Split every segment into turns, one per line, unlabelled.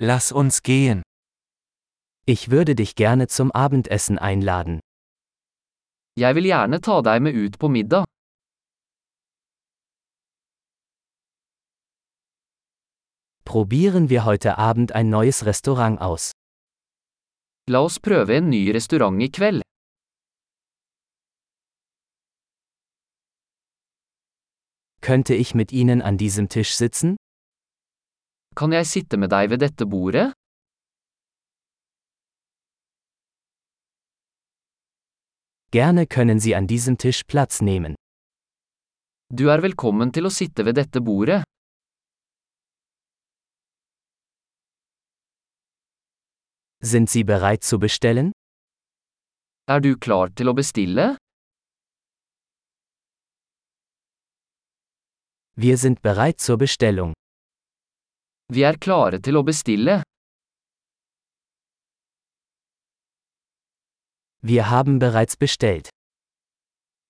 Lass uns gehen.
Ich würde dich gerne zum Abendessen einladen.
Jeg vil gjerne ta deg med ut på middag.
Probieren wir heute Abend ein neues Restaurant aus.
La oss prøve en ny restaurant i kveld.
Könnte ich mit Ihnen an diesem Tisch sitzen?
Kan jeg sitte med deg ved dette bordet?
Gerne können Sie an diesem Tisch Platz nehmen.
Du er velkommen til å sitte ved dette bordet.
Sind Sie bereit zu bestellen?
Er du klar til å bestille?
Wir sind bereit zur Bestellung.
Vi er klare til å bestille.
Wir haben bereits bestellt.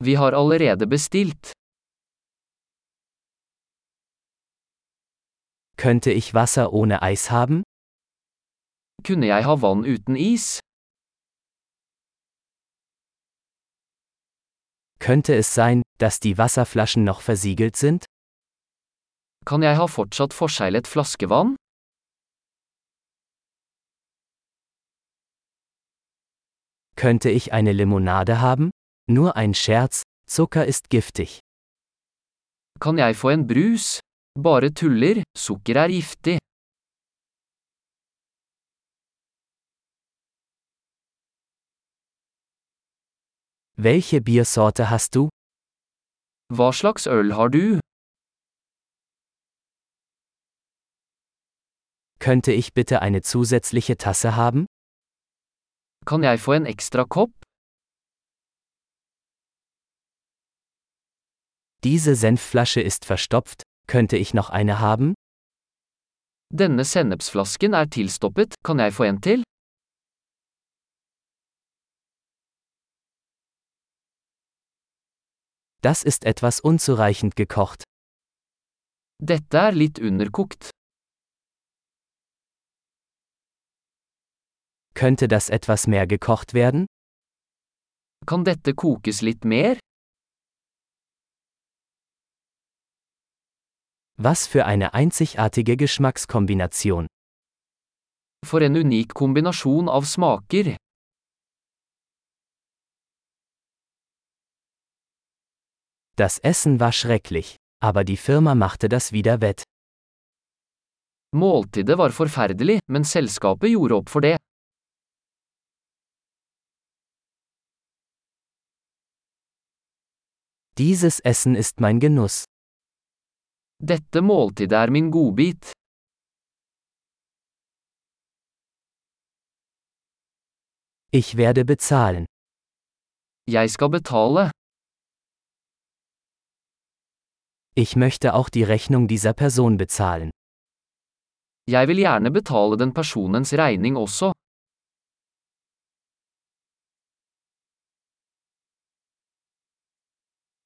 Vi har allerede bestilt.
Könnte ich Wasser ohne Eis haben?
Kunne jeg ha vann uten is?
Könnte es sein, dass die Wasserflaschen noch versiegelt sind?
Kan jeg ha fortsatt forseglet flaskevann?
Könnte ich eine Limonade haben? Nur ein Scherz, Zucker ist giftig.
Kan jeg få en brus? Bare tuller, sukker er giftig.
Welche Biersorte hast du?
Hva slags øl har du?
Könnte ich bitte eine zusätzliche Tasse haben?
Kan jeg få en ekstra kopp?
Diese Senfflasche ist verstopft, könnte ich noch eine haben?
Denne sennepsflasken er tilstoppet, kan jeg få en til?
Das ist etwas unzureichend gekocht.
Dette er litt underkokt.
Könnte das etwas mehr gekocht werden?
Kan dette kokes litt mer?
Was für eine einzigartige Geschmackskombination.
For en unik kombinasjon av smaker.
Das Essen war schrecklich, aber die Firma machte das wieder wett.
Måltidet var forferdelig, men selskapet gjorde opp for det.
Dieses Essen ist mein Genuss.
Dette måltidet er min godbit.
Ich werde bezahlen.
Jeg skal betale.
Ich möchte auch die Rechnung dieser Person bezahlen.
Jeg vil gjerne betale den personens regning også.